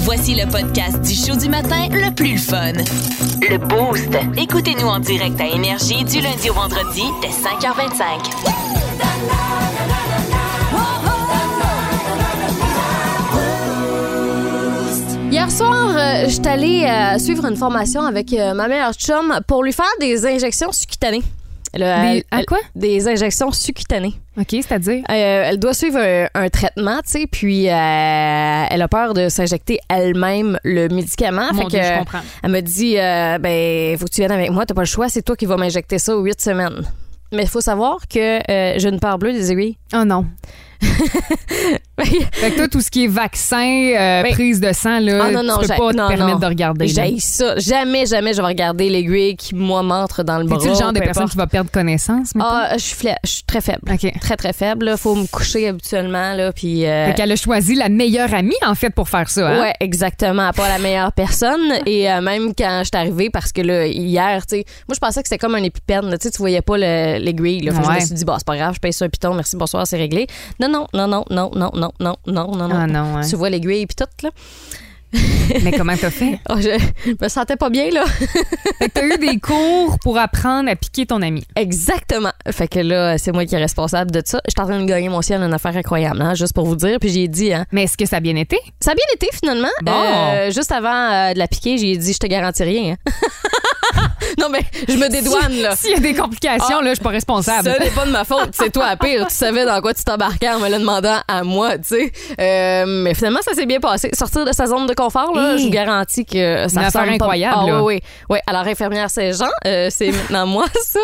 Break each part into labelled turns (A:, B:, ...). A: Voici le podcast du show du matin le plus le fun. Le Boost. Écoutez-nous en direct à Énergie du lundi au vendredi dès 5h25.
B: Hier soir, euh, j'étais allée euh, suivre une formation avec euh, ma meilleure chum pour lui faire des injections sous-cutanées. Elle a-
C: Des-
B: elle-
C: à quoi?
B: Des injections sous-cutanées.
C: OK, c'est-à-dire?
B: Euh, elle doit suivre un, un traitement, tu sais, puis euh, elle a peur de s'injecter elle-même le médicament.
C: Mon
B: Ah, fait
C: Dieu,
B: que,
C: je comprends.
B: Elle me dit, euh, ben, faut que tu viennes avec moi, t'as pas le choix, c'est toi qui vas m'injecter ça aux huit semaines. Mais il faut savoir que euh, j'ai une part bleue des aiguilles.
C: Oh non. Fait que toi, tout ce qui est vaccin, euh,
B: Ben,
C: prise de sang, là,
B: Ah non, non,
C: tu peux
B: j'ai-
C: pas te
B: non,
C: permettre
B: non.
C: de regarder. là.
B: J'haïs ça. Jamais, jamais je vais regarder l'aiguille qui, moi, m'entre dans le bras.
C: T'es-tu le genre de
B: peu
C: personne
B: importe.
C: qui va perdre connaissance? mettons?
B: Ah, euh, je suis, fla- je suis très faible.
C: OK.
B: Très, très faible. là. Faut me coucher habituellement, là, puis... euh,
C: Fait qu'elle a choisi la meilleure amie, en fait, pour faire ça. hein?
B: Ouais, exactement. Pas la meilleure personne. Et euh, même quand je suis arrivée, parce que là, hier, tu sais, moi, je pensais que c'était comme un épipène. là, Tu sais, tu voyais pas le- l'aiguille. là. Fait que Je
C: Ouais.
B: me suis dit, bah, c'est pas grave, je paye ça un piton, merci, bonsoir, c'est réglé. Non, non, non, non, non, non, non, non, non, non,
C: Ah non, ouais.
B: Tu vois l'aiguille et puis tout, là.
C: Mais comment t'as fait?
B: Oh, je je me sentais pas bien, là.
C: Fait que t'as eu des cours pour apprendre à piquer ton ami.
B: Exactement. Fait que là, c'est moi qui est responsable de ça. Je suis en train de gagner mon ciel, une affaire incroyable, hein, juste pour vous dire. Puis j'ai dit, hein,
C: Mais est-ce que ça a bien été?
B: Ça a bien été finalement.
C: Bon.
B: Euh, juste avant euh, de la piquer, j'ai dit je te garantis rien. hein. non mais je me dédouane là.
C: S'il y a des complications,
B: Ah.
C: là, je suis pas responsable.
B: Ce n'est pas de ma faute, c'est toi à pire. Tu savais dans quoi tu t'embarquais en me le demandant à moi, tu sais. Euh, mais finalement, ça s'est bien passé. Sortir de sa zone de confort, là,
C: Hey.
B: je vous garantis que ça
C: Une affaire
B: ressemble pas-
C: incroyable,
B: Ah
C: là.
B: oui, oui. Oui, alors infirmière Saint-Jean, euh, c'est maintenant moi, ça.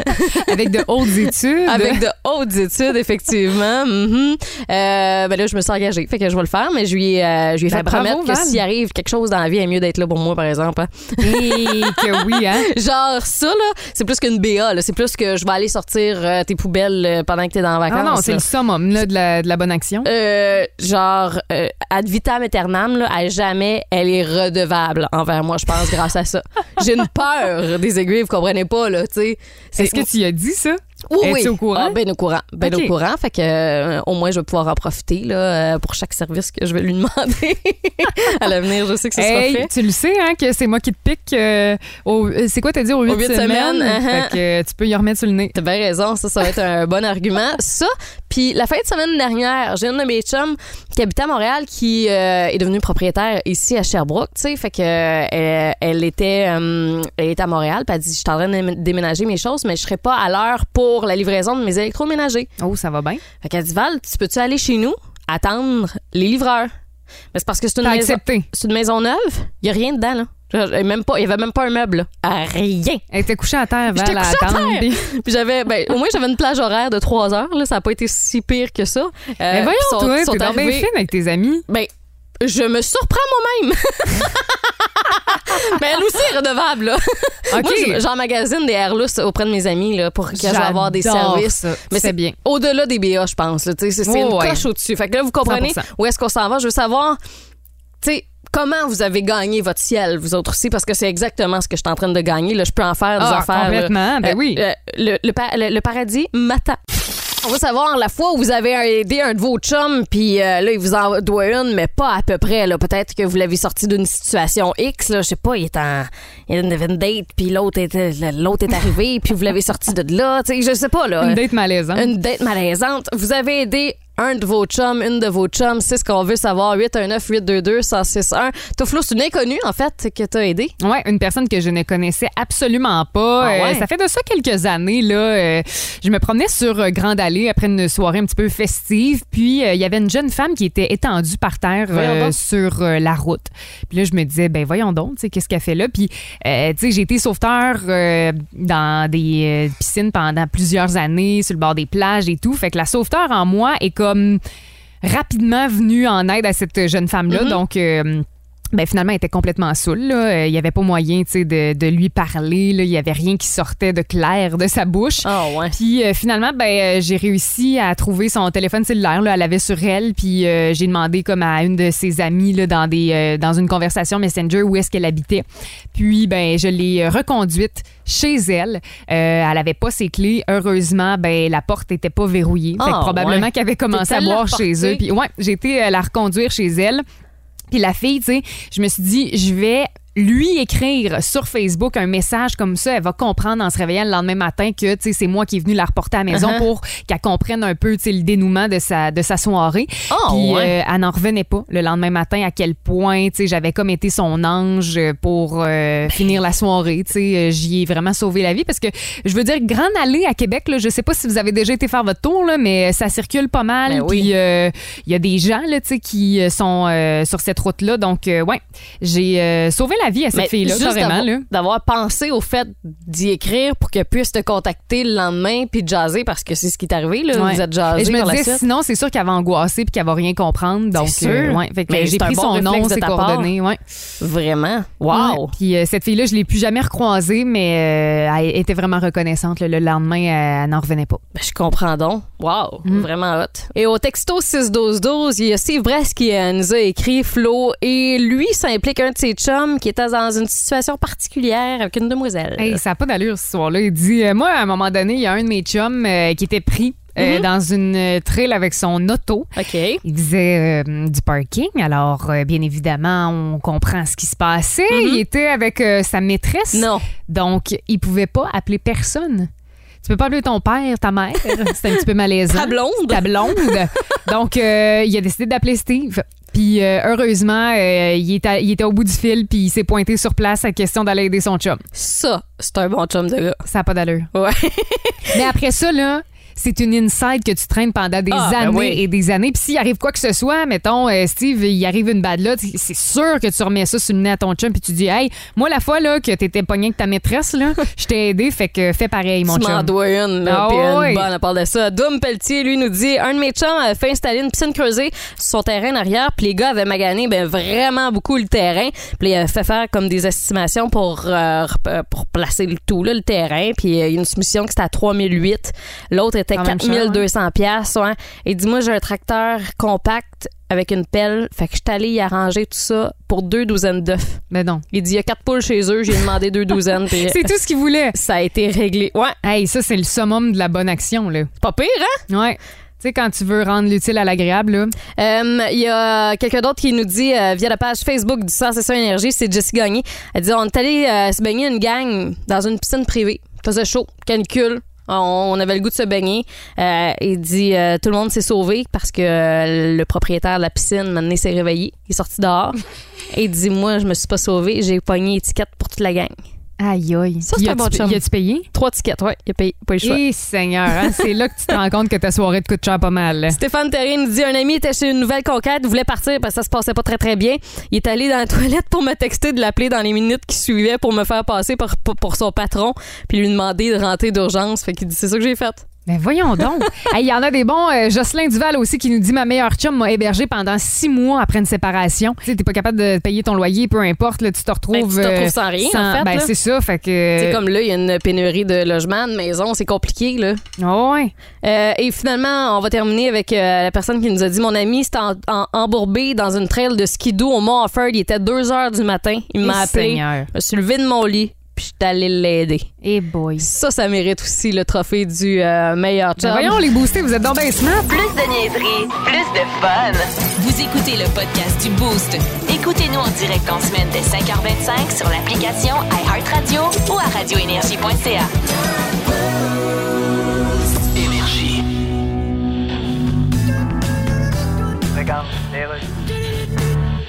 C: Avec de hautes études.
B: Avec de hautes études, effectivement. Mhm. Euh, ben là, je me suis engagée. Fait que je vais le faire, mais je lui, ai, euh, je lui ai
C: Ben,
B: fait
C: bravo,
B: promettre que
C: Val.
B: s'il arrive quelque chose dans la vie, il est mieux d'être là pour moi, par exemple. hein.
C: Et que oui, hein?
B: Genre, ça, là, c'est plus qu'une BA. là. C'est plus que je vais aller sortir euh, tes poubelles euh, pendant que t'es dans la
C: Ah
B: vacances.
C: non, c'est
B: là.
C: le summum là, de, la, de la bonne action.
B: Euh, genre, euh, ad vitam aeternam, là, à jamais, elle est redevable envers moi, je pense, grâce à ça. J'ai une peur des aiguilles, vous comprenez pas, là, tu sais. Euh, C'est-
C: Est-ce que tu y as dit ça?
B: Oui,
C: Es-tu
B: oui.
C: au courant?
B: Ah, ben au courant. Ben
C: Ok.
B: au courant. Fait que, euh, au moins, je vais pouvoir en profiter là, euh, pour chaque service que je vais lui demander. à l'avenir, je sais que ce
C: Hey,
B: sera fait.
C: tu le sais, hein, que c'est moi qui te pique. euh, au- euh, c'est quoi, t'as dit, aux huit
B: huit
C: semaines?
B: semaines, uh-huh.
C: Fait que euh, tu peux y remettre sur le nez.
B: T'as bien raison, ça, ça va être un bon argument. Ça, puis la fin de semaine dernière, j'ai une de mes chums qui habitait à Montréal qui euh, est devenue propriétaire ici à Sherbrooke, tu sais. Fait que euh, elle, elle était, euh, elle était à Montréal, puis elle dit, je suis en train de déménager mes choses, mais je serai pas à l'heure pour la livraison de mes électroménagers.
C: Oh, ça va bien.
B: Fait qu'elle dit, Val, tu peux-tu aller chez nous attendre les livreurs? Mais c'est parce que c'est une,
C: T'as
B: maison,
C: accepté.
B: c'est une maison neuve, il n'y a rien dedans, là. Genre, j'ai Même pas, il y avait même pas un meuble, là. Ah, rien.
C: Elle était couchée à terre, Val,
B: J'étais
C: à
B: couchée à
C: attendre.
B: terre. Puis j'avais, ben, au moins, j'avais une plage horaire de 3 heures, là. Ça n'a pas été si pire que ça. Euh,
C: Mais voyons,
B: puis sont-
C: toi,
B: sont
C: t'es dans bien
B: arrivés-
C: fine avec tes amis.
B: Ben, je me surprends moi-même. Mais elle aussi est redevable, là. Moi,
C: OK.
B: je- j'emmagasine des airs lousses auprès de mes amis, là, pour que je vais avoir des
C: J'adore
B: services.
C: ça.
B: Mais
C: c'est bien.
B: Au-delà des BA, je pense. là, tu sais, C'est c'est
C: Oh,
B: une
C: ouais.
B: coche au-dessus. Fait que là, vous comprenez
C: 100%.
B: où est-ce qu'on s'en va. Je veux savoir, tu sais, comment vous avez gagné votre ciel, vous autres aussi, parce que c'est exactement ce que je suis en train de gagner. Là, je peux en faire des
C: Ah,
B: affaires.
C: complètement.
B: là.
C: Ben oui.
B: euh, le, le pa- le- le paradis m'attend. On va savoir la fois où vous avez aidé un de vos chums, puis euh, là, il vous en doit une, mais pas à peu près. là. Peut-être que vous l'avez sorti d'une situation X. Là, je sais pas, il est en il avait une date, puis l'autre était- l'autre est arrivé, puis vous l'avez sorti de là. Tu sais, je sais pas. là.
C: Une date malaisante.
B: Une date malaisante. Vous avez aidé un de vos chums, une de vos chums. C'est ce qu'on veut savoir. 819-822-1061. Touflo, c'est une inconnue, en fait, que t'as aidé.
C: Ouais, une personne que je ne connaissais absolument pas.
B: Ah ouais?
C: Euh, ça fait de ça quelques années là. euh, je me promenais sur euh, Grande Allée après une soirée un petit peu festive, puis euh, il y avait une jeune femme qui était étendue par terre
B: Voyons
C: euh,
B: donc.
C: sur euh, la route. Puis là, je me disais, ben voyons donc, tu sais, qu'est-ce qu'elle fait là Puis euh, tu sais, j'ai été sauveteur euh, dans des euh, piscines pendant plusieurs années, sur le bord des plages et tout. Fait que la sauveteur en moi est comme rapidement venue en aide à cette jeune femme-là.
B: Mm-hmm.
C: Donc, euh, ben finalement, elle était complètement saoule. là. Euh, Il n'y avait pas moyen tu sais, de, de lui parler. là. Il n'y avait rien qui sortait de clair de sa bouche.
B: Oh, ouais.
C: Puis euh, finalement, ben, euh, j'ai réussi à trouver son téléphone cellulaire. Là, elle l'avait sur elle. Puis euh, j'ai demandé comme à une de ses amies là, dans, des, euh, dans une conversation Messenger où est-ce qu'elle habitait. Puis ben, je l'ai euh, reconduite chez elle. Euh, elle n'avait pas ses clés. Heureusement, ben, la porte n'était pas verrouillée. Fait que
B: Ah,
C: probablement
B: ouais.
C: qu'elle avait commencé
B: T'es
C: à
B: allée la
C: boire chez
B: porter?
C: eux. Puis ouais, j'ai été euh, la reconduire chez elle. Puis la fille, tu sais, je me suis dit, je vais lui écrire sur Facebook un message comme ça, elle va comprendre en se réveillant le lendemain matin que tu sais, c'est moi qui est venu la reporter à la maison
B: Uh-huh.
C: pour qu'elle comprenne un peu tu sais, le dénouement de sa, de sa soirée.
B: Oh,
C: Puis
B: ouais.
C: euh, elle n'en revenait pas le lendemain matin à quel point tu sais, j'avais comme été son ange pour euh,
B: Ben.
C: finir la soirée. tu sais, euh, J'y ai vraiment sauvé la vie parce que je veux dire, Grande Allée à Québec, là, je sais pas si vous avez déjà été faire votre tour, là, mais ça circule pas mal.
B: Ben oui.
C: Puis, euh, il y a des gens là, tu sais, qui euh, sont euh, sur cette route-là. Donc, euh, ouais, j'ai euh, sauvé la vie à cette
B: Mais
C: fille-là,
B: juste
C: carrément.
B: d'avoir-
C: là.
B: D'avoir pensé au fait d'y écrire pour qu'elle puisse te contacter le lendemain puis te jaser parce que c'est ce qui est arrivé. Là.
C: Ouais.
B: Vous êtes
C: Et
B: jasé
C: je me
B: par la
C: disais,
B: suite.
C: sinon, c'est sûr qu'elle va angoisser puis qu'elle va rien comprendre. Donc,
B: sûr.
C: ouais. Fait que,
B: Mais
C: euh, j'ai
B: c'est un
C: pris
B: bon
C: son nom,
B: réflexe de
C: ses
B: ta part.
C: coordonnées. Ouais.
B: Vraiment? Wow!
C: Ouais. Puis euh, cette fille-là, je l'ai plus jamais recroisée, mais euh, elle était vraiment reconnaissante. là. Le lendemain, euh, elle, elle n'en revenait pas.
B: Ben, je comprends donc. Wow, vraiment hot. Et au texto 6-12-12, il y a Steve Bress qui euh, nous a écrit Flo et lui, ça implique un de ses chums qui était dans une situation particulière avec une demoiselle.
C: Hey, ça n'a pas d'allure ce soir-là. Il dit euh, Moi, à un moment donné, il y a un de mes chums euh, qui était pris euh, dans une euh, trail avec son auto.
B: OK.
C: Il disait euh, du parking. Alors, euh, bien évidemment, on comprend ce qui se passait. Il était avec euh, sa maîtresse.
B: Non.
C: Donc, il pouvait pas appeler personne. Tu peux pas appeler ton père, ta mère. C'était un petit peu malaisant.
B: Ta blonde?
C: Ta blonde. Donc, euh, il a décidé d'appeler Steve. Puis, euh, heureusement, euh, il, était, il était au bout du fil, puis il s'est pointé sur place à question d'aller aider son chum.
B: Ça, c'est un bon chum de gars.
C: Ça n'a pas d'allure.
B: Ouais.
C: Mais après ça, là, c'est une inside que tu traînes pendant des
B: Ah, ben
C: années
B: oui.
C: et des années. Puis s'il arrive quoi que ce soit, mettons, euh, Steve, il arrive une bad là, tu- c'est sûr que tu remets ça sur le nez à ton chum puis tu dis, hey, moi, la fois là, que t'étais pogné avec ta maîtresse, là, je t'ai aidé, fait que fais pareil, mon
B: tu m'en
C: chum.
B: dois une, là,
C: Ah
B: puis une
C: ouais.
B: bonne à part de ça. Doom Pelletier, lui, nous dit un de mes chums avait fait installer une piscine creusée sur son terrain en arrière, puis les gars avaient magané ben, vraiment beaucoup le terrain, puis il avait fait faire comme des estimations pour, euh, rep- euh, pour placer le tout, là, le terrain, puis euh, il y a une soumission qui était à 3008, l'autre était
C: Quand même cher, hein?
B: 4200 pièces ouais. Et dis-moi, j'ai un tracteur compact avec une pelle, fait que je suis allée y arranger tout ça pour deux douzaines d'œufs.
C: Mais non.
B: Il dit, il y a quatre poules chez eux, j'ai demandé deux douzaines, puis
C: C'est tout ce qu'il voulait.
B: ça a été réglé. Ouais,
C: Hey, ça, c'est le summum de la bonne action, là.
B: pas pire, hein?
C: Ouais. Tu sais, quand tu veux rendre l'utile à l'agréable, là.
B: Euh, Il y a quelqu'un d'autre qui nous dit euh, via la page Facebook du Sensation Énergie, c'est Jessie Gagné. Elle dit on est allé euh, se baigner une gang dans une piscine privée. Faisait chaud, canicule. On on avait le goût de se baigner. Euh, il dit euh, tout le monde s'est sauvé parce que euh, le propriétaire de la piscine maintenant s'est réveillé. Il est sorti dehors. Et il dit moi je me suis pas sauvé, j'ai pogné étiquette pour toute la gang.
C: Aïe, aïe.
B: Ça, c'est un bon chum.
C: Y a-tu payé?
B: Trois tickets, ouais, il a payé, pas eu le choix.
C: Eh, Seigneur, hein, c'est là que tu te rends compte que ta soirée te coûte cher pas mal. là.
B: Stéphane Terrier nous dit un ami était chez une nouvelle conquête, voulait partir parce que ça se passait pas très très bien. Il est allé dans la toilette pour me texter de l'appeler dans les minutes qui suivaient pour me faire passer pour, pour, pour son patron puis lui demander de rentrer d'urgence. Fait qu'il dit c'est ça que j'ai fait.
C: Mais Ben, voyons donc. Hey, Il y en a des bons. Euh, Jocelyn Duval aussi qui nous dit Ma meilleure chum m'a hébergé pendant six mois après une séparation. Tu sais, t'es pas capable de payer ton loyer, peu importe. là, tu te retrouves.
B: Ben, tu te
C: euh,
B: retrouves sans rien, en fait,
C: ben,
B: là.
C: c'est ça. Fait
B: C'est
C: que. euh,
B: comme là il y a une pénurie de logements, de maisons, c'est compliqué là.
C: Oh, ouais.
B: Euh, et finalement, on va terminer avec euh, la personne qui nous a dit Mon ami s'est en- en- embourbé dans une trail de skido au Mont Offord. Il était 2 heures du matin. Il m'a
C: Eh,
B: appelé.
C: Seigneur.
B: Je me suis levée de mon lit, puis je suis allée l'aider.
C: Et Eh, boy.
B: Ça, ça mérite aussi le trophée du euh, meilleur
C: Ben,
B: chum.
C: voyons les boostés, vous êtes dans ben smart.
A: Plus de niaiserie, plus de fun. Vous écoutez le podcast du Boost. Écoutez-nous en direct en semaine dès 5h25 sur l'application iHeartRadio ou à radioénergie.ca.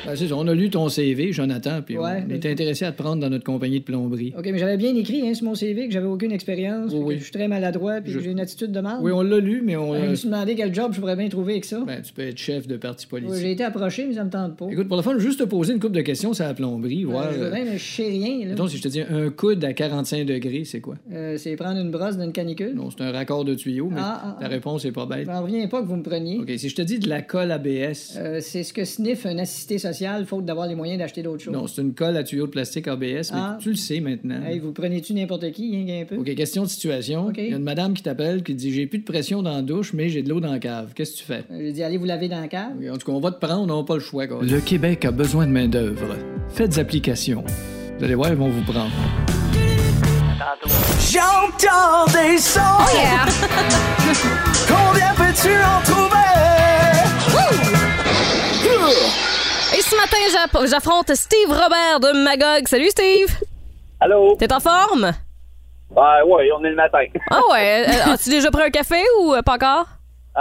D: Ben, c'est ça, on a lu ton CV, Jonathan, puis
E: Ouais.
D: on était intéressé à te prendre dans notre compagnie de plomberie.
E: OK, mais j'avais bien écrit hein, sur mon CV que j'avais aucune expérience,
D: Oui,
E: que
D: oui.
E: je suis très maladroit puis
D: Je-
E: que j'ai une attitude de mal.
D: Oui, on l'a lu, mais on.
E: Je
D: euh,
E: me suis demandé quel job je pourrais bien trouver avec ça.
D: ben, tu peux être chef de parti politique.
E: Oui, j'ai été approché, mais ça me tente pas.
D: Écoute, pour le fun, juste te poser une couple de questions sur la plomberie,
E: Euh,
D: voir.
E: je veux
D: euh,
E: bien, mais je sais rien. là.
D: mettons, si je te dis un coude à 45 degrés, c'est quoi?
E: Euh, c'est prendre une brosse d'une canicule.
D: Non, c'est un raccord de tuyau, mais
E: Ah, ah,
D: ta
E: ah.
D: réponse est pas bête.
E: Je m'en reviens pas que vous me preniez.
D: OK, si je te dis de la colle ABS.
E: Euh, c'est ce que sniff un assisté social, faute d'avoir les moyens d'acheter d'autres choses.
D: Non, c'est une colle à tuyau de plastique ABS, mais
E: Ah.
D: tu le sais maintenant.
E: Hey, vous prenez-tu n'importe qui, hein, un peu?
D: OK, question de situation.
E: OK.
D: Il y a une madame qui t'appelle qui dit J'ai plus de pression dans la douche, mais j'ai de l'eau dans la cave. Qu'est-ce que tu fais?
E: Euh, J'ai dit, allez vous laver dans la cave.
D: En tout cas, on va te prendre, on n'a pas le choix. Le Québec a besoin de main-d'œuvre. Faites application. Vous allez voir, ils vont vous prendre.
F: J'entends des sons. Combien peux-tu en trouver?
B: Et c'est ce matin, j'app- j'affronte Steve Robert de Magog. Salut, Steve.
G: Allô?
B: T'es en forme?
G: Ben ouais, on est le matin.
B: Ah ouais. euh, As-tu déjà pris un café ou euh, pas encore?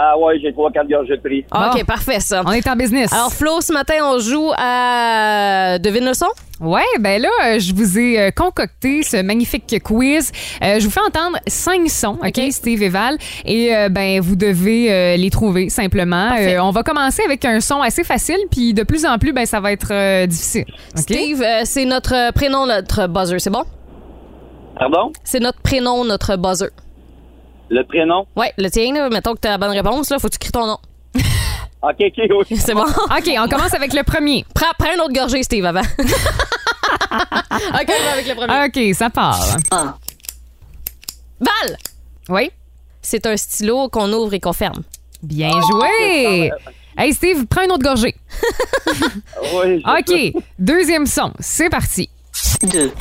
G: Ah ouais, j'ai trois, quatre gorgées de prix.
B: Ah,
C: Bon.
B: OK, parfait, ça.
C: On est en business.
B: Alors, Flo, ce matin, on joue à euh, Devine le son.
C: Ouais, ben là, euh, je vous ai euh, concocté ce magnifique quiz. Euh, je vous fais entendre cinq sons, ok,
B: Ok.
C: Steve et Val, et euh, ben vous devez euh, les trouver simplement.
B: Parfait.
C: Euh, on va commencer avec un son assez facile, puis de plus en plus, ben ça va être euh, difficile. ok?
B: Steve, euh, c'est notre euh, prénom, notre buzzer. C'est bon?
G: Pardon?
B: C'est notre prénom, notre buzzer.
G: Le prénom?
B: Ouais, le tien, là, mettons que t'as la bonne réponse, là, faut que tu cries ton nom.
G: Ok, ok, oui.
B: C'est bon?
C: Ok, on commence avec le premier.
B: Prends, prends une autre gorgée, Steve, avant. OK, on va avec le premier.
C: Ok, ça part.
B: Val!
C: Oui,
B: C'est un stylo qu'on ouvre et qu'on ferme.
C: bien
B: Oh,
C: joué. Hey Steve, prends une autre gorgée.
G: Oui, je-
C: Ok, deuxième son, c'est parti. Deux.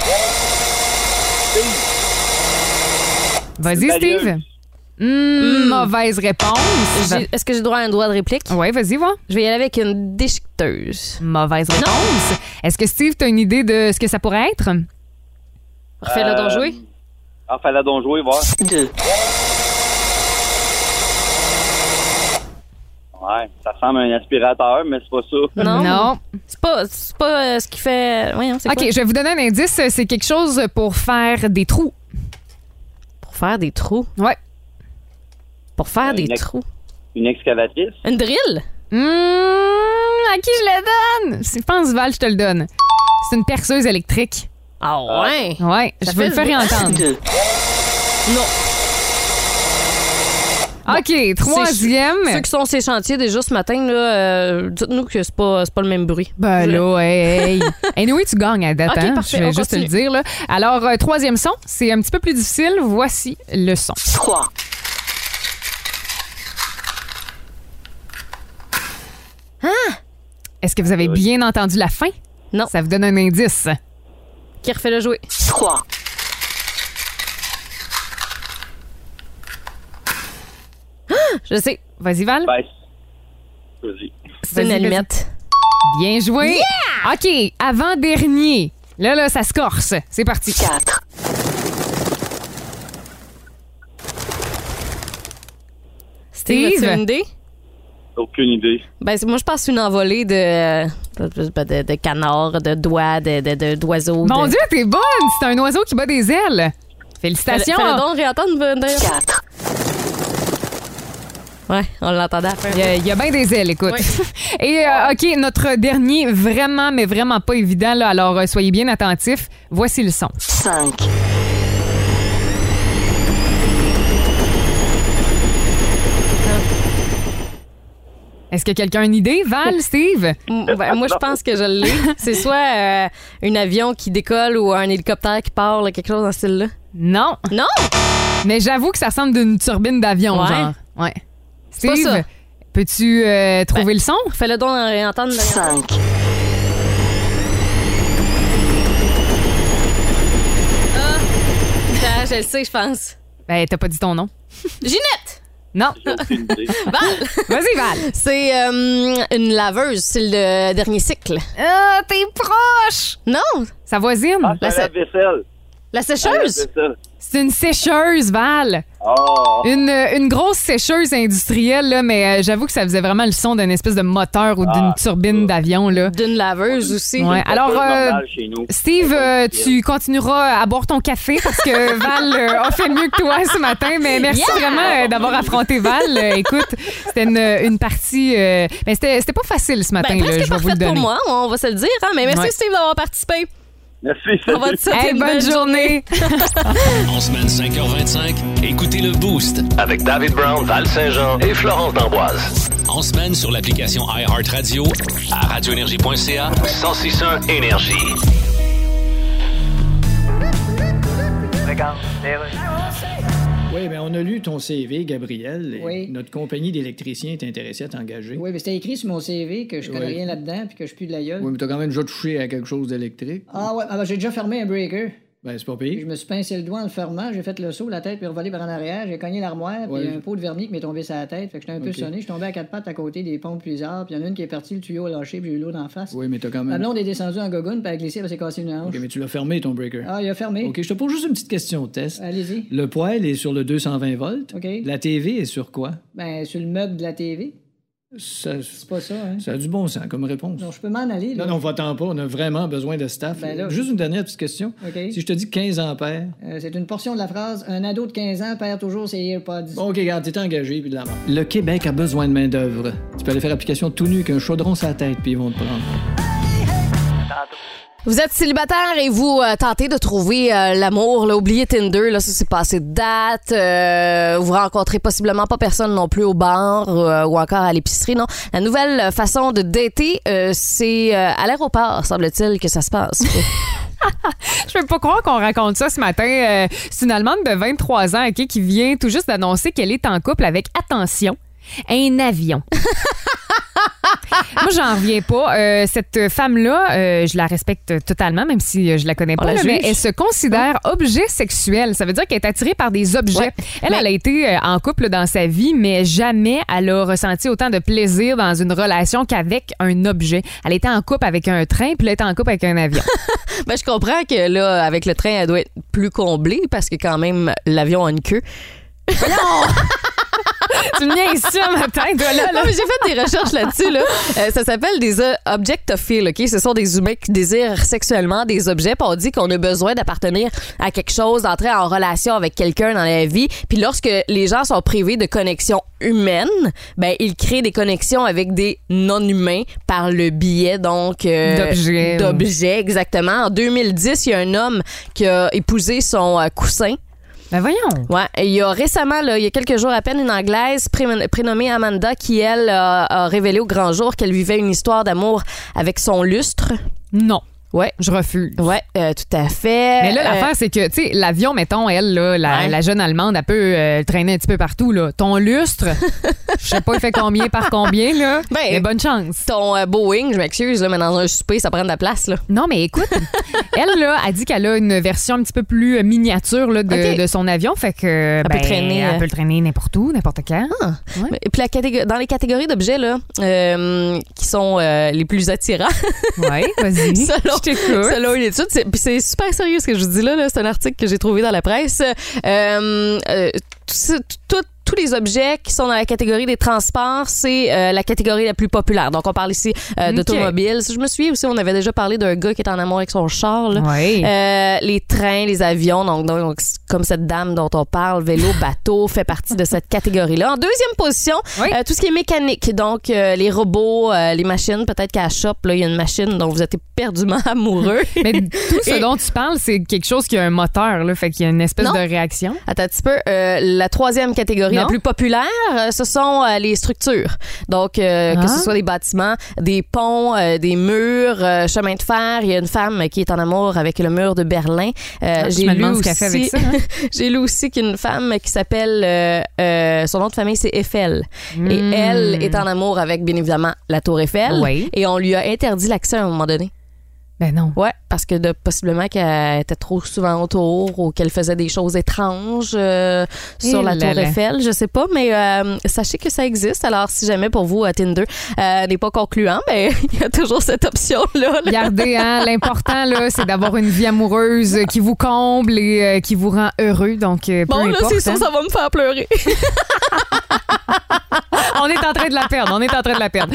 C: Vas-y Steve.
G: Sérieuse.
C: Hmm, Mauvaise réponse.
B: J'ai- Est-ce que j'ai droit à un droit de réplique?
C: Ouais, vas-y, vois.
B: Je vais y aller avec une déchiqueteuse.
C: Mauvaise réponse. Est-ce que Steve, t'as une idée de ce que ça pourrait être?
B: Refais-le
C: Euh,
B: donc jouer.
G: Euh, Ah, fallait donc jouer, voir. Ouais, ça ressemble à un aspirateur, mais c'est pas ça.
B: Non. C'est pas, c'est pas euh, ce qui fait. Oui, c'est
C: Ok,
B: quoi?
C: je vais vous donner un indice. C'est quelque chose pour faire des trous.
B: Pour faire des trous.
C: Ouais.
B: Pour faire des
G: Une ex-
B: trous.
G: Une excavatrice?
B: Une drill?
C: Hmm, à qui je le donne? Si je pense Val, je te le donne. C'est une perceuse électrique.
B: Ah ouais!
C: Ouais,
B: Ça
C: je vais le
B: fait
C: faire
B: le bruit.
C: entendre. Euh,
B: Non.
C: Ok,
B: Ceux
C: troisième.
B: qui sont ces chantiers déjà ce matin, là, euh, dites-nous que c'est pas, c'est pas le même bruit.
C: Ben
B: Je-
C: là, hey, hey. Anyway, tu gagnes à date,
B: Ok,
C: hein?
B: parfait,
C: Je
B: on
C: vais juste te le
B: continue.
C: dire, là. Alors, euh, troisième son, c'est un petit peu plus difficile. Voici le son. Est-ce que vous avez bien entendu la fin?
B: Non.
C: Ça vous donne un indice.
B: Qui refait le jouer? Ah, Je sais,
C: Vas-y, Val.
G: Ben, c'est- vas-y.
B: c'est une
C: Vas-y, vas-y.
B: allumette.
C: Bien joué. OK, avant-dernier. Là, là, ça se corse. C'est parti.
B: Steve,
C: Steve.
B: as-tu une idée?
G: Aucune idée.
B: Ben, c'est- moi, je pense une envolée de, de, de, de canards, de doigts, de, de, de- d'oiseaux.
C: Mon
B: de...
C: Dieu, t'es bonne! C'est un oiseau qui bat des ailes. Félicitations.
B: Fallait- fallait donc réentendre, ben, d'ailleurs. Ouais, on l'entendait après.
C: Il y a- il y a, bien des ailes, écoute. Et euh, OK, notre dernier, vraiment, mais vraiment pas évident, là, alors euh, soyez bien attentifs. Voici le son.
H: 5,
C: Est-ce que quelqu'un a une idée, Val, Steve?
B: M- ben, moi, je pense que je l'ai. C'est soit euh, un avion qui décolle ou un hélicoptère qui part, là, quelque chose dans ce style-là.
C: Non.
B: Non!
C: Mais j'avoue que ça ressemble d'une turbine d'avion,
B: Ouais.
C: genre. Ouais.
B: pas
C: Steve,
B: ça. Ben.
C: peux-tu euh, trouver le son?
B: Fais-le donc en réentendre. d'ailleurs.
H: 5,
B: Ah, je le sais, je pense.
C: Ben, t'as pas dit ton nom.
B: Ginette!
C: Non.
G: J'ai aucune idée.
B: Val!
C: Vas-y, Val.
B: C'est euh, une laveuse, c'est le dernier cycle.
C: Ah, t'es proche!
B: Non!
C: Sa voisine.
G: Ah,
B: ben,
G: c'est la vaisselle.
B: La
G: La
B: sécheuse!
G: vaisselle.
C: Ben, C'est une sécheuse, Val.
G: Ah,
C: Une, euh, une grosse sécheuse industrielle, là, mais euh, j'avoue que ça faisait vraiment le son d'un espèce de moteur ou d'une
G: Ah,
C: turbine
G: ça.
C: d'avion. là.
B: D'une laveuse aussi.
C: Ouais. Alors,
G: c'est
C: euh,
G: normal chez nous.
C: Steve, euh, tu continueras à boire ton café parce que Val euh, a fait mieux que toi ce matin, mais merci vraiment euh, d'avoir affronté Val. Euh, écoute, c'était une, une partie... euh, mais c'était c'était pas facile ce matin,
B: Ben,
C: là,
B: presque
C: je vais vous le
B: parfaite
C: donner.
B: pour moi, on va se le dire. Hein? Mais merci
C: Ouais.
B: Steve d'avoir participé.
G: Merci.
B: On va te souhaiter
C: Hey,
B: une
C: bonne
B: belle
C: journée!
I: En semaine 5h25, écoutez le Boost.
J: Avec David Brown, Val Saint-Jean et Florence D'Amboise.
I: En semaine sur l'application iHeartRadio, à radioénergie.ca.
J: 1061 Énergie.
D: Oui, mais on a lu ton CV, Gabriel. et
E: Oui.
D: Notre compagnie d'électriciens est intéressée à t'engager.
E: Oui, mais c'était écrit sur mon CV que je connais
D: Oui.
E: rien là-dedans puis que je pue de la gueule.
D: Oui, mais t'as quand même déjà touché à quelque chose d'électrique.
E: Ah ouais, ah, ben, j'ai déjà bah, fermé un breaker.
D: Ben, c'est pas
E: Puis
D: pire.
E: Je me suis pincé le doigt en le fermant, j'ai fait le saut, la tête, puis revolé par en arrière, j'ai cogné l'armoire, puis
D: Ouais.
E: un pot de vernis qui m'est tombé sur la tête. Fait que j'étais un peu
D: Ok.
E: sonné, je suis tombé à quatre pattes à côté des pompes plusieurs, puis il y en a une qui est partie, le tuyau a lâché, puis j'ai eu l'eau d'en face.
D: Oui, mais t'as quand
E: La
D: même.
E: blonde est descendue en gogoune, puis elle a glissé, puis elle s'est cassée une hanche.
D: Ok, mais tu l'as fermé, ton breaker.
E: Ah, il a fermé.
D: Ok, je te pose juste une petite question, Tess.
E: Allez-y.
D: Le poêle est sur le 220 volts.
E: OK.
D: La TV est sur quoi?
E: Ben, sur le meuble de la TV.
D: Ça,
E: C'est pas ça, hein?
D: ça a du bon sens comme réponse.
E: Donc, je peux m'en aller, là.
D: Non, non, va-t'en pas, on a vraiment besoin de staff.
E: Ben là-
D: Juste une dernière petite question.
E: OK.
D: Si je te dis 15 ampères,
E: Euh, c'est une portion de la phrase Un ado de 15 ans perd toujours ses AirPods.
D: Bon, OK, regarde, t'es engagé, puis de la mort. Le Québec a besoin de main-d'œuvre. Tu peux aller faire application tout nu qu'un chaudron sa tête, puis ils vont te prendre.
B: Vous êtes célibataire et vous euh, tentez de trouver euh, l'amour, là, oubliez Tinder, là, ça c'est passé de date, euh, vous rencontrez possiblement pas personne non plus au bar euh, ou encore à l'épicerie, non. La nouvelle euh, façon de dater, euh, c'est euh, à l'aéroport, semble-t-il, que ça se passe.
C: Je peux pas croire qu'on raconte ça ce matin. Euh, c'est une Allemande de 23 ans ok, qui vient tout juste d'annoncer qu'elle est en couple avec, attention, un avion. Moi, j'en reviens pas. Euh, cette femme-là, euh, je la respecte totalement, même si euh, je la connais pas,
B: la
C: là, mais
B: juge.
C: elle se considère objet sexuel. Ça veut dire qu'elle est attirée par des objets.
B: Ouais.
C: Elle, elle a été euh, en couple dans sa vie, mais jamais elle a ressenti autant de plaisir dans une relation qu'avec un objet. Elle était en couple avec un train, puis là, elle était en couple avec un avion.
B: ben, je comprends que là, avec le train, elle doit être plus comblée parce que quand même, l'avion a une queue.
C: tu me niaises ça, matin, toi, là, là.
B: Non, mais j'ai fait des recherches là-dessus. Là. Euh, ça s'appelle des euh, objectophiles. OK? Ce sont des humains qui désirent sexuellement des objets. Puis on dit qu'on a besoin d'appartenir à quelque chose, d'entrer en relation avec quelqu'un dans la vie. Puis lorsque les gens sont privés de connexions humaines, ben ils créent des connexions avec des non-humains par le biais donc euh,
C: D'objets.
B: d'objets, exactement. En 2010, il y a un homme qui a épousé son euh, coussin.
C: Ben voyons.
B: Ouais, et il y a récemment, là, il y a quelques jours à peine, une Anglaise pré- prénommée Amanda qui, elle, a, a révélé au grand jour qu'elle vivait une histoire d'amour avec son lustre.
C: Non,
B: Ouais,
C: je refuse.
B: ouais, euh, tout à fait.
C: Mais là,
B: Euh,
C: l'affaire, c'est que, tu sais, l'avion, mettons, elle, là, la,
B: Ouais.
C: la jeune Allemande, elle peut euh, traîner un petit peu partout, là. Ton lustre, je sais pas, il fait combien par combien, là.
B: Ben,
C: mais bonne chance.
B: ton euh, Boeing, je m'excuse, là, mais dans un souper, ça prend de la place, là.
C: Non, mais écoute, elle, là, a dit qu'elle a une version un petit peu plus euh, miniature là, de,
B: Ok.
C: de son avion. Fait que. Elle
B: peut traîner,
C: Elle
B: euh,
C: peut le traîner n'importe où, n'importe quand. Ouais.
B: Mais- Et puis, la catég- dans les catégories d'objets, là, euh, qui sont euh, les plus attirants,
C: Ouais, vas-y.
B: Selon-
C: je t'écoute.
B: Selon une étude, c'est- puis c'est super sérieux ce que je vous dis là. là. c'est un article que j'ai trouvé dans la presse. Euh, euh, tout ce- tout- tous les objets qui sont dans la catégorie des transports, c'est euh, la catégorie la plus populaire. Donc, on parle ici euh,
C: Ok.
B: d'automobile. Si Je me souviens aussi, on avait déjà parlé d'un gars qui est en amour avec son char. là.
C: Ouais.
B: Euh, les trains, les avions, donc, donc, c'est comme cette dame dont on parle, vélo, bateau, fait partie de cette catégorie-là. En deuxième position,
C: Oui.
B: euh, tout ce qui est mécanique, donc euh, les robots, euh, les machines, peut-être qu'à la shop, là, il y a une machine dont vous êtes éperdument amoureux.
C: Mais tout ce
B: Et-
C: dont tu parles, c'est quelque chose qui a un moteur, là. Fait qu'il y a une espèce
B: Non.
C: de réaction.
B: Attends un petit peu. Euh, la troisième catégorie
C: Non.
B: la plus populaire, euh, ce sont euh, les structures. Donc, euh,
C: Ah.
B: que ce soit des bâtiments, des ponts, euh, des murs, euh, chemins de fer. Il y a une femme qui est en amour avec le mur de Berlin. Euh,
C: Ah, je
B: j'ai
C: me
B: lu
C: demande ce
B: aussi,
C: qu'elle fait avec ça, hein?
B: j'ai lu aussi qu'une femme qui s'appelle, euh, euh, son nom de famille c'est Eiffel, et
C: Mm.
B: elle est en amour avec bien évidemment la Tour Eiffel.
C: Oui.
B: Et on lui a interdit l'accès à un moment donné.
C: Ben non.
B: Ouais, parce que de, possiblement qu'elle était trop souvent autour ou qu'elle faisait des choses étranges euh, sur
C: Eh
B: la
C: là
B: Tour
C: là.
B: Eiffel, je sais pas, mais euh, sachez que ça existe. Alors, si jamais pour vous, euh, Tinder euh, n'est pas concluant, mais il y a toujours cette option-là. là.
C: Regardez, hein, l'important, là, c'est d'avoir une vie amoureuse euh, qui vous comble et euh, qui vous rend heureux. Donc, euh, peu
B: Bon, là,
C: importe,
B: c'est sûr,
C: hein.
B: ça va me faire pleurer.
C: On est en train de la perdre. On est en train de la perdre.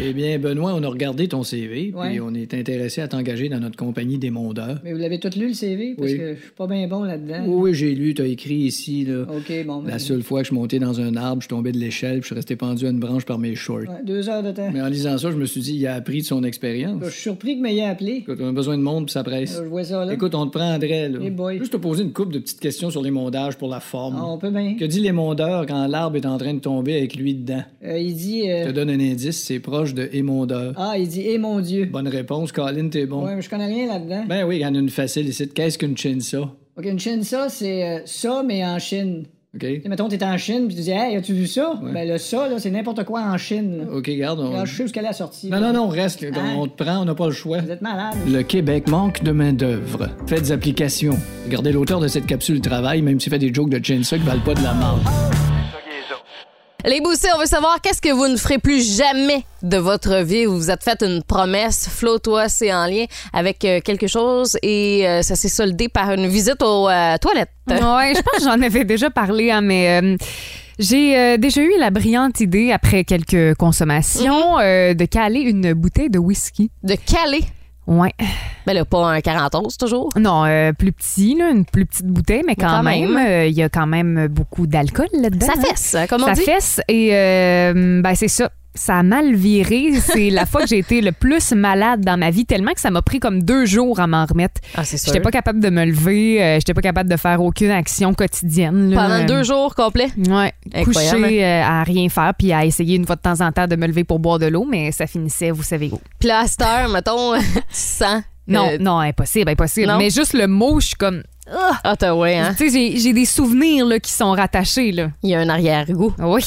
D: Eh bien, Benoît, on a regardé ton CV,
E: Ouais.
D: puis on est intéressé à t'engager dans notre compagnie des mondeurs.
E: Mais vous l'avez tout lu, le CV? Parce
D: Oui.
E: que je suis pas bien bon là-dedans.
D: Oui, oui, j'ai lu, t'as écrit ici, là.
E: OK, bon. ben,
D: La seule fois que je suis monté dans un arbre, je suis tombé de l'échelle, puis je suis resté pendu à une branche par mes shorts.
E: ouais, deux heures de temps.
D: Mais en lisant ça, je me suis dit, il a appris de son expérience.
E: Oh, Je suis surpris que m'ayez appelé.
D: Écoute, on a besoin de monde, puis ça presse.
E: Euh, Je vois ça, là.
D: Écoute, on te prendrait, là.
E: Eh boy.
D: Juste te poser une couple de petites questions sur les mondages pour la forme.
E: Ah, on peut bien.
D: Que dit l'émondeur quand l'arbre est en train de tomber avec lui dedans?
E: Euh, il dit... euh,
D: Je te donne un indice, c'est proche de Et mon Dieu.
E: Ah, il dit, eh mon Dieu.
D: Bonne réponse, Colin, t'es Ben, bon.
E: Ouais, mais je connais rien là-dedans.
D: Ben oui, il y en a une facile ici. Qu'est-ce qu'une chinsa?
E: OK, une Chine, ça, c'est euh, ça, mais en Chine.
D: OK?
E: Tu sais, mettons, t'es en Chine, puis tu dis, hey, as-tu vu ça? Ben, le ça, là, c'est n'importe quoi en Chine. là.
D: OK, garde. Euh, on-
E: Alors, je sais où ce qu'elle a sorti.
D: Non, non, non, on reste. là.
E: Hein?
D: On te prend, on n'a pas le choix.
E: Vous êtes malade.
D: Le Québec manque de main-d'œuvre. Faites application. Regardez l'auteur de cette capsule travail, même s'il fait des jokes de chinsa qui valent pas de la marde.
B: Les boostés, on veut savoir qu'est-ce que vous ne ferez plus jamais de votre vie. Vous vous êtes fait une promesse. Flo, toi, c'est en lien avec euh, quelque chose et euh, ça s'est soldé par une visite aux euh, toilettes.
C: Ouais, je pense que j'en avais déjà parlé, hein, mais euh, j'ai euh, déjà eu la brillante idée, après quelques consommations, euh, de caler une bouteille de whisky.
B: De Calais.
C: Ouais.
B: Ben là, pas un 41 toujours.
C: Non, euh, plus petit, là, une plus petite bouteille, mais quand,
B: quand
C: même,
B: même.
C: euh, il y a quand même beaucoup d'alcool là-dedans.
B: Ça
C: hein.
B: fesse, hein, comme on
C: Ça
B: dit.
C: fesse et euh, ben, c'est ça. Ça a mal viré. C'est la fois que j'ai été le plus malade dans ma vie, tellement que ça m'a pris comme deux jours à m'en remettre.
B: Ah, c'est sûr.
C: J'étais pas capable de me lever, euh, j'étais pas capable de faire aucune action quotidienne. là.
B: Pendant deux jours complets.
C: Ouais,
B: Incroyable, hein?
C: couché euh, à rien faire puis à essayer une fois de temps en temps de me lever pour boire de l'eau, mais ça finissait, vous savez où.
B: Puis là, à cette heure, mettons, euh, tu sens.
C: Non,
B: euh,
C: non, impossible, impossible.
B: non?
C: Mais juste le mot, je suis comme. Ah!
B: Ah, t'as ouais, hein?
C: Tu sais, j'ai- j'ai des souvenirs là, qui sont rattachés. Là.
B: Il y a un arrière-goût.
C: Oui.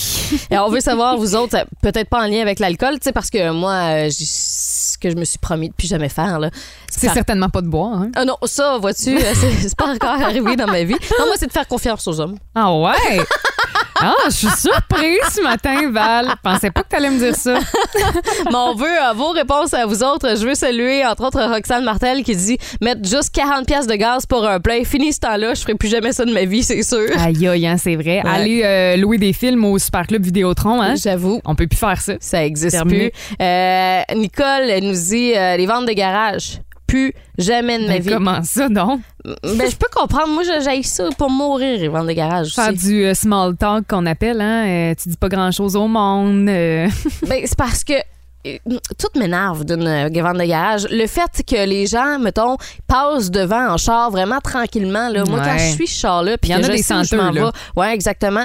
B: Et on veut savoir, vous autres, euh, peut-être pas en lien avec l'alcool, tu sais, parce que moi, euh, j'ai- ce que je me suis promis de plus jamais faire, là.
C: C'est
B: faire-
C: certainement pas de boire. hein.
B: Ah non, ça, vois-tu, euh, c'est c'est pas encore arrivé dans ma vie. Non, moi, c'est de faire confiance aux hommes.
C: Ah ouais! Ah, je suis surprise ce matin, Val. Je pensais pas que t'allais me dire ça.
B: Mais on veut euh, vos réponses à vous autres. Je veux saluer, entre autres, Roxane Martel qui dit mettre juste 40 pièces de gaz pour un plein. Fini ce temps-là, je ferai plus jamais ça de ma vie, c'est sûr.
C: Aïe, aïe, hein, c'est vrai.
B: Ouais.
C: Aller euh, louer des films au Super Club Vidéotron, hein?
B: J'avoue.
C: On peut plus faire ça.
B: Ça existe
C: Terminé.
B: plus. Euh, Nicole elle nous dit euh, les ventes de garage. Plus jamais de ma
C: Mais
B: vie.
C: comment ça, donc?
B: Ben, je peux comprendre. Moi, je- j'haïs ça pour mourir, les ventes de garage.
C: Faire
B: aussi.
C: du euh, small talk qu'on appelle, hein? euh, tu dis pas grand-chose au monde. euh.
B: Ben, c'est parce que euh, tout m'énerve d'une euh, vente de garage. Le fait que les gens, mettons, passent devant en char vraiment tranquillement. Là. Moi,
C: Ouais.
B: quand je suis ce char là, puis
C: Il y en
B: que je
C: a des
B: sais où je
C: senteurs,
B: m'en
C: là.
B: vais, ouais, exactement.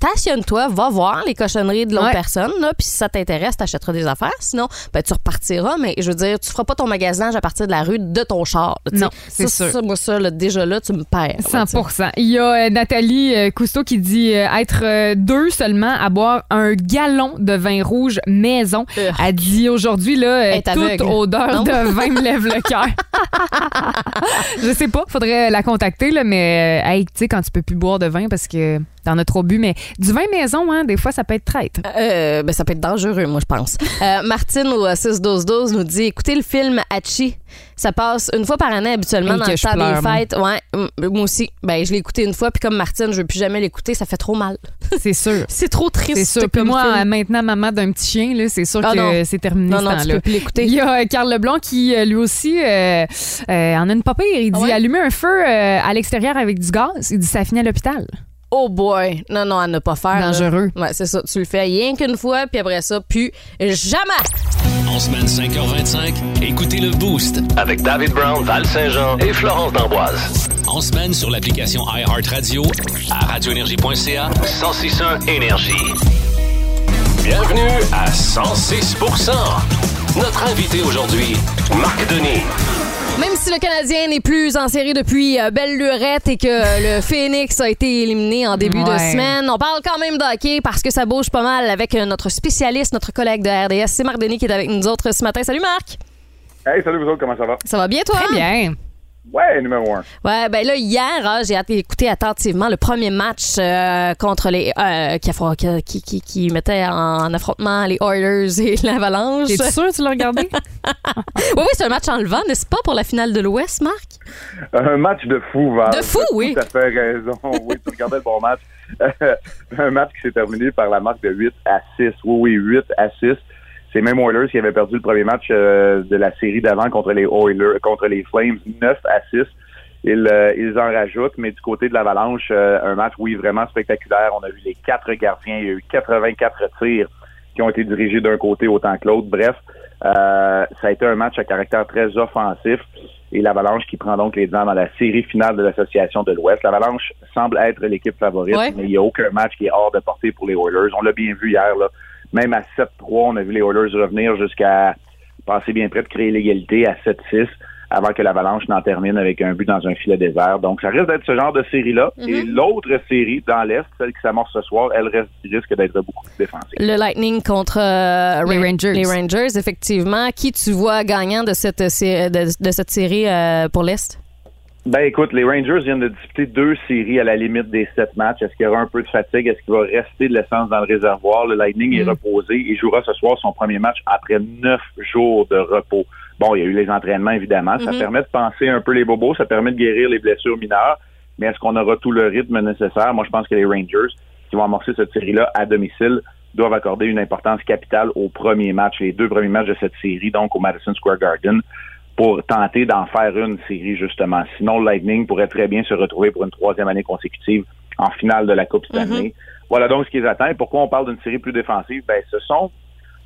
B: Stationne-toi, va voir les cochonneries de l'autre
C: Ouais.
B: personne, là, puis si ça t'intéresse, t'achèteras des affaires. Sinon, ben, tu repartiras, mais je veux dire, tu feras pas ton magasinage à partir de la rue de ton char. là, tu sais.
C: Non, c'est
B: Ça,
C: sûr.
B: ça, moi, ça, là, déjà là, tu me perds. là, tu sais.
C: 100 Il y a euh, Nathalie euh, Cousteau qui dit euh, être euh, deux seulement à boire un gallon de vin rouge maison.
B: Euh.
C: Elle dit aujourd'hui, là, euh,
B: Elle est aveugle.
C: toute odeur
B: Non?
C: de vin me lève le cœur. Je sais pas, faudrait la contacter, là, mais euh, hey, tu sais, quand tu peux plus boire de vin parce que t'en as trop bu, mais du vin maison, hein, des fois, ça peut être traître.
B: Euh, ben, ça peut être dangereux, moi, je pense. Euh, Martine au euh, 6-12-12 nous dit écoutez le film Hachi. Ça passe une fois par année habituellement
C: Hey,
B: dans
C: que
B: le
C: je
B: temps
C: pleure,
B: des
C: moi.
B: fêtes. Ouais, m- moi aussi. Ben, je l'ai écouté une fois, puis comme Martine, je veux plus jamais l'écouter, ça fait trop mal.
C: C'est sûr.
B: C'est trop triste.
C: C'est sûr. Puis
B: comme
C: moi, euh,
B: film.
C: maintenant, maman d'un petit chien, là, c'est sûr
B: Ah
C: que
B: non.
C: c'est terminé
B: non,
C: ce
B: non, tu
C: temps-là.
B: peux plus l'écouter.
C: Il y a euh, Carl Leblanc qui, euh, lui aussi, euh, euh, en a une papier. Il dit
B: Ah ouais?
C: allumer un feu euh, à l'extérieur avec du gaz. Il dit ça finit à l'hôpital.
B: Oh boy. Non, non, à ne pas faire. là.
C: Dangereux.
B: Ouais, c'est ça. Tu le fais rien qu'une fois, puis après ça, puis jamais.
I: En semaine 5h25, écoutez le Boost.
J: Avec David Brown, Val Saint-Jean et Florence D'Amboise.
I: En semaine sur l'application iHeartRadio à radioénergie.ca.
J: 1061 Énergie. Bienvenue à 106 Notre invité aujourd'hui, Marc Denis.
B: Même si le Canadien n'est plus en série depuis euh, belle lurette et que euh, le Phoenix a été éliminé en début de
C: Ouais.
B: semaine, on parle quand même de hockey parce que ça bouge pas mal avec euh, notre spécialiste, notre collègue de RDS, c'est Marc Denis qui est avec nous autres ce matin. Salut Marc!
H: Hey, salut vous autres, comment ça va?
B: Ça va bien toi?
C: Très bien.
H: Ouais, numéro un.
B: Ouais, ben là, hier, hein, j'ai att- écouté attentivement le premier match euh, contre les. euh, qui, affro- qui, qui, qui- qui mettait en affrontement les Oilers et l'Avalanche.
C: T'es sûr que tu l'as regardé?
B: Oui, oui, c'est un match enlevant, n'est-ce pas, pour la finale de l'Ouest, Marc?
H: Un match de fou, Val.
B: De fou, oui.
H: Tout à fait raison. Oui, tu regardais le bon match. Euh, un match qui s'est terminé par la marque de 8 à 6. Oui, oui, 8 à 6. C'est même Oilers qui avait perdu le premier match euh, de la série d'avant contre les Oilers, contre les Flames, 9 à 6. Ils, euh, ils en rajoutent, mais du côté de l'Avalanche, euh, un match, oui, vraiment spectaculaire. On a vu les quatre gardiens, il y a eu 84 tirs qui ont été dirigés d'un côté autant que l'autre. Bref, euh, ça a été un match à caractère très offensif et l'Avalanche qui prend donc les devants dans la série finale de l'Association de l'Ouest. L'Avalanche semble être l'équipe favorite,
B: Ouais.
H: mais il n'y a aucun match qui est hors de portée pour les Oilers. On l'a bien vu hier, là, Même à 7-3, on a vu les Oilers revenir jusqu'à passer bien près de créer l'égalité à 7-6 avant que l'Avalanche n'en termine avec un but dans un filet désert. Donc, ça risque d'être ce genre de série-là.
B: Mhm.
H: Et l'autre série dans l'Est, celle qui s'amorce ce soir, elle reste- risque d'être beaucoup plus défensive.
B: Le Lightning contre euh,
C: Les
B: Ra-
C: Rangers.
B: les Rangers, effectivement. Qui tu vois gagnant de cette, euh, sé- de, de cette série euh, pour l'Est?
H: Ben écoute, les Rangers viennent de disputer deux séries à la limite des sept matchs. Est-ce qu'il y aura un peu de fatigue? Est-ce qu'il va rester de l'essence dans le réservoir? Le Lightning est reposé. Il jouera ce soir son premier match après neuf jours de repos. Bon, il y a eu les entraînements, évidemment. Ça
K: Mhm.
H: permet de penser un peu les bobos, ça permet de guérir les blessures mineures. Mais est-ce qu'on aura tout le rythme nécessaire? Moi, je pense que les Rangers, qui vont amorcer cette série-là à domicile, doivent accorder une importance capitale au premier match, les deux premiers matchs de cette série, donc au Madison Square Garden pour tenter d'en faire une série, justement. Sinon, le Lightning pourrait très bien se retrouver pour une troisième année consécutive en finale de la Coupe
B: Mhm.
H: Stanley. Voilà donc ce qu'ils attendent. Pourquoi on parle d'une série plus défensive? Ben, ce sont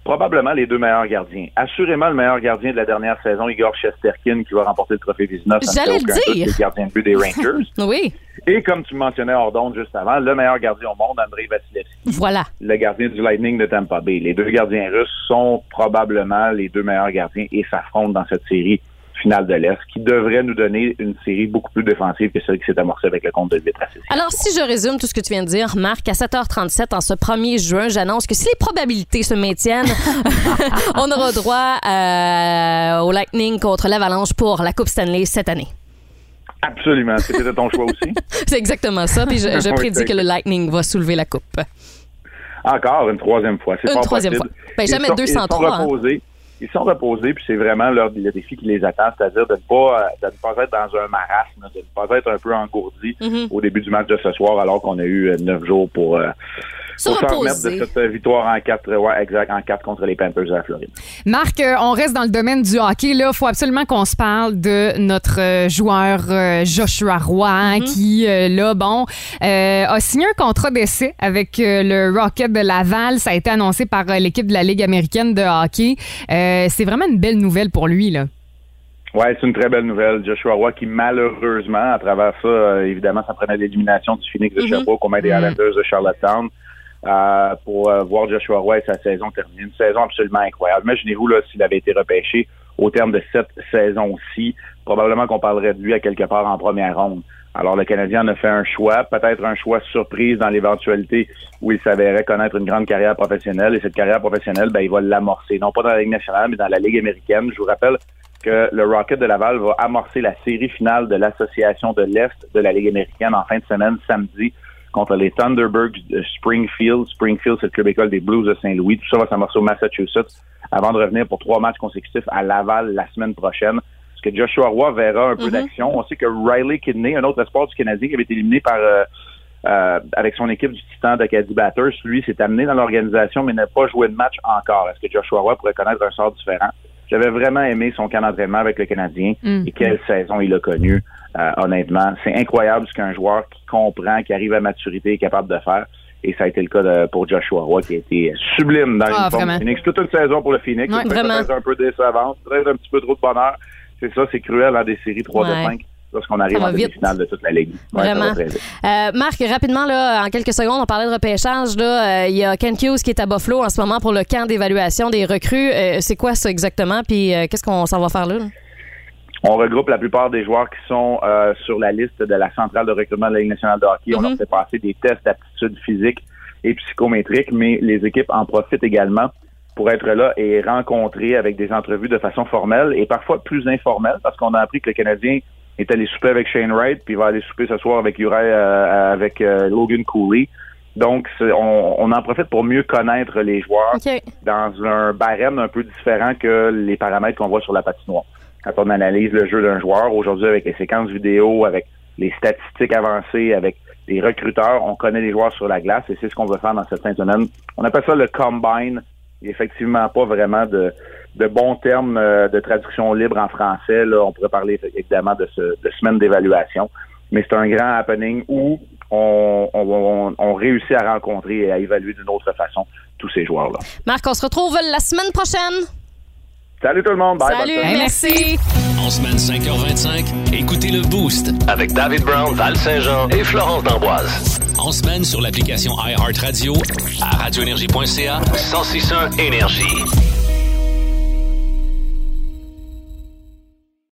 H: probablement les deux meilleurs gardiens. Assurément, le meilleur gardien de la dernière saison, Igor Shesterkin, qui va remporter le trophée Vizina. ça ne fait
B: J'allais
H: aucun
B: le
H: doute,
B: dire.
H: c'est le gardien de but des Rangers.
B: oui.
H: Et comme tu mentionnais hors d'onde juste avant, le meilleur gardien au monde, Andrei Vasilevski
B: Voilà.
H: le gardien du Lightning de Tampa Bay. Les deux gardiens russes sont probablement les deux meilleurs gardiens et s'affrontent dans cette série finale de l'Est, qui devrait nous donner une série beaucoup plus défensive que celle qui s'est amorcée avec le compte de 8 à 6.
B: Alors, si je résume tout ce que tu viens de dire, Marc, à 7h37, en ce 1er juin, j'annonce que si les probabilités se maintiennent, on aura droit euh, au Lightning contre l'Avalanche pour la Coupe Stanley cette année.
H: Absolument. C'était ton choix aussi.
B: C'est exactement ça. Puis je, je
H: Oui,
B: prédis
H: c'est-
B: que le Lightning va soulever la Coupe.
H: Encore une troisième fois. C'est
B: Une
H: fort
B: troisième
H: possible.
B: fois. Ben,
H: Ils
B: jamais
H: sont-
B: 203,
H: Ils
B: hein.
H: sont reposés. Ils sont reposés, puis c'est vraiment leur, le défi qui les attend, c'est-à-dire de ne pas, euh, de ne pas être dans un marasme, de ne pas être un peu engourdi
B: Mhm.
H: au début du match de ce soir, alors qu'on a eu euh, neuf jours pour, euh,
C: Se
H: pour s'en remettre
C: reposer.
H: de cette euh, victoire en quatre, ouais, exact, en quatre contre les Panthers à la Floride.
C: Marc, euh, on reste dans le domaine du hockey. Il faut absolument qu'on se parle de notre euh, joueur euh, Joshua Roy hein,
B: Mm-hmm.
C: qui, euh, là, bon, euh, a signé un contrat d'essai avec euh, le Rocket de Laval. Ça a été annoncé par euh, l'équipe de la Ligue américaine de hockey. Euh, C'est vraiment une belle nouvelle pour lui. Là.
H: Ouais, c'est une très belle nouvelle. Joshua Roy qui, malheureusement, à travers ça, euh, évidemment, ça prenait l'élimination du Phoenix de
L: Mhm.
H: Sherbrooke au main des
L: Mhm.
H: Islanders de Charlottetown euh, pour euh, voir Joshua Roy et sa saison terminer. Une saison absolument incroyable. Imaginez-vous là s'il avait été repêché au terme de cette saison-ci. Probablement qu'on parlerait de lui à quelque part en première ronde. Alors, le Canadien en a fait un choix, peut-être un choix surprise dans l'éventualité où il s'avérait connaître une grande carrière professionnelle. Et cette carrière professionnelle, ben, il va l'amorcer. Non pas dans la Ligue nationale, mais dans la Ligue américaine. Je vous rappelle que le Rocket de Laval va amorcer la série finale de l'Association de l'Est de la Ligue américaine en fin de semaine, samedi, contre les Thunderbirds de Springfield. Springfield, c'est le club école des Blues de Saint-Louis. Tout ça va s'amorcer au Massachusetts avant de revenir pour trois matchs consécutifs à Laval la semaine prochaine. Est-ce que Joshua Roy verra un peu
M: Mhm.
H: d'action? On sait que Riley Kidney, un autre espoir du Canadien qui avait été éliminé par... euh, euh, avec son équipe du Titan d'Acadie Batters, lui s'est amené dans l'organisation mais n'a pas joué de match encore. Est-ce que Joshua Roy pourrait connaître un sort différent? J'avais vraiment aimé son camp d'entraînement avec le Canadien
N: Mm.
H: et quelle saison il a connue, euh, honnêtement. C'est incroyable ce qu'un joueur qui comprend, qui arrive à maturité est capable de faire. Et ça a été le cas de- pour Joshua Roy qui a été sublime dans
B: Ah,
H: une forme
B: vraiment.
H: du Phoenix. Toute une saison pour le Phoenix.
B: Ouais,
H: C'est peut-être
B: vraiment.
H: un peu décevante, peut-être un petit peu trop de bonheur. C'est ça, c'est cruel dans des séries 3
B: Ouais.
H: de 5 lorsqu'on arrive
B: va
H: en
B: vite.
H: demi-finale de toute la Ligue. Ouais, ça va
B: Vraiment.
H: très vite.
B: Euh, Marc, rapidement, là, en quelques secondes, on parlait de repêchage. là. Euh, Il y a Ken Hughes qui est à Buffalo en ce moment pour le camp d'évaluation des recrues. Euh, c'est quoi ça exactement? Puis euh, qu'est-ce qu'on s'en va faire là? là?
H: On regroupe la plupart des joueurs qui sont euh, sur la liste de la centrale de recrutement de la Ligue nationale de hockey. On
O: Mhm.
H: leur fait passer des tests d'aptitude physique et psychométrique, mais les équipes en profitent également pour être là et rencontrer avec des entrevues de façon formelle et parfois plus informelle, parce qu'on a appris que le Canadien est allé souper avec Shane Wright, puis va aller souper ce soir avec Uri, euh, avec euh, Logan Cooley. Donc, c'est- on, on en profite pour mieux connaître les joueurs dans un barème un peu différent que les paramètres qu'on voit sur la patinoire. Quand on analyse le jeu d'un joueur, aujourd'hui, avec les séquences vidéo, avec les statistiques avancées, avec les recruteurs, on connaît les joueurs sur la glace et c'est ce qu'on veut faire dans cette fin de semaine. On appelle ça le combine. Il n'y a effectivement pas vraiment de, de bons termes euh, de traduction libre en français. Là, on pourrait parler évidemment de, ce, de semaine d'évaluation, mais c'est un grand happening où on, on, on- on réussit à rencontrer et à évaluer d'une autre façon tous ces joueurs-là.
B: Marc, on se retrouve la semaine prochaine.
H: Salut tout le monde. Bye, bonne
B: Salut,
H: semaine.
B: merci.
I: En semaine 5h25, écoutez le Boost
J: Avec David Brown, Val Saint-Jean et Florence D'Amboise.
I: en semaine sur l'application iHeartRadio à radioénergie.ca
J: 1061 Énergie.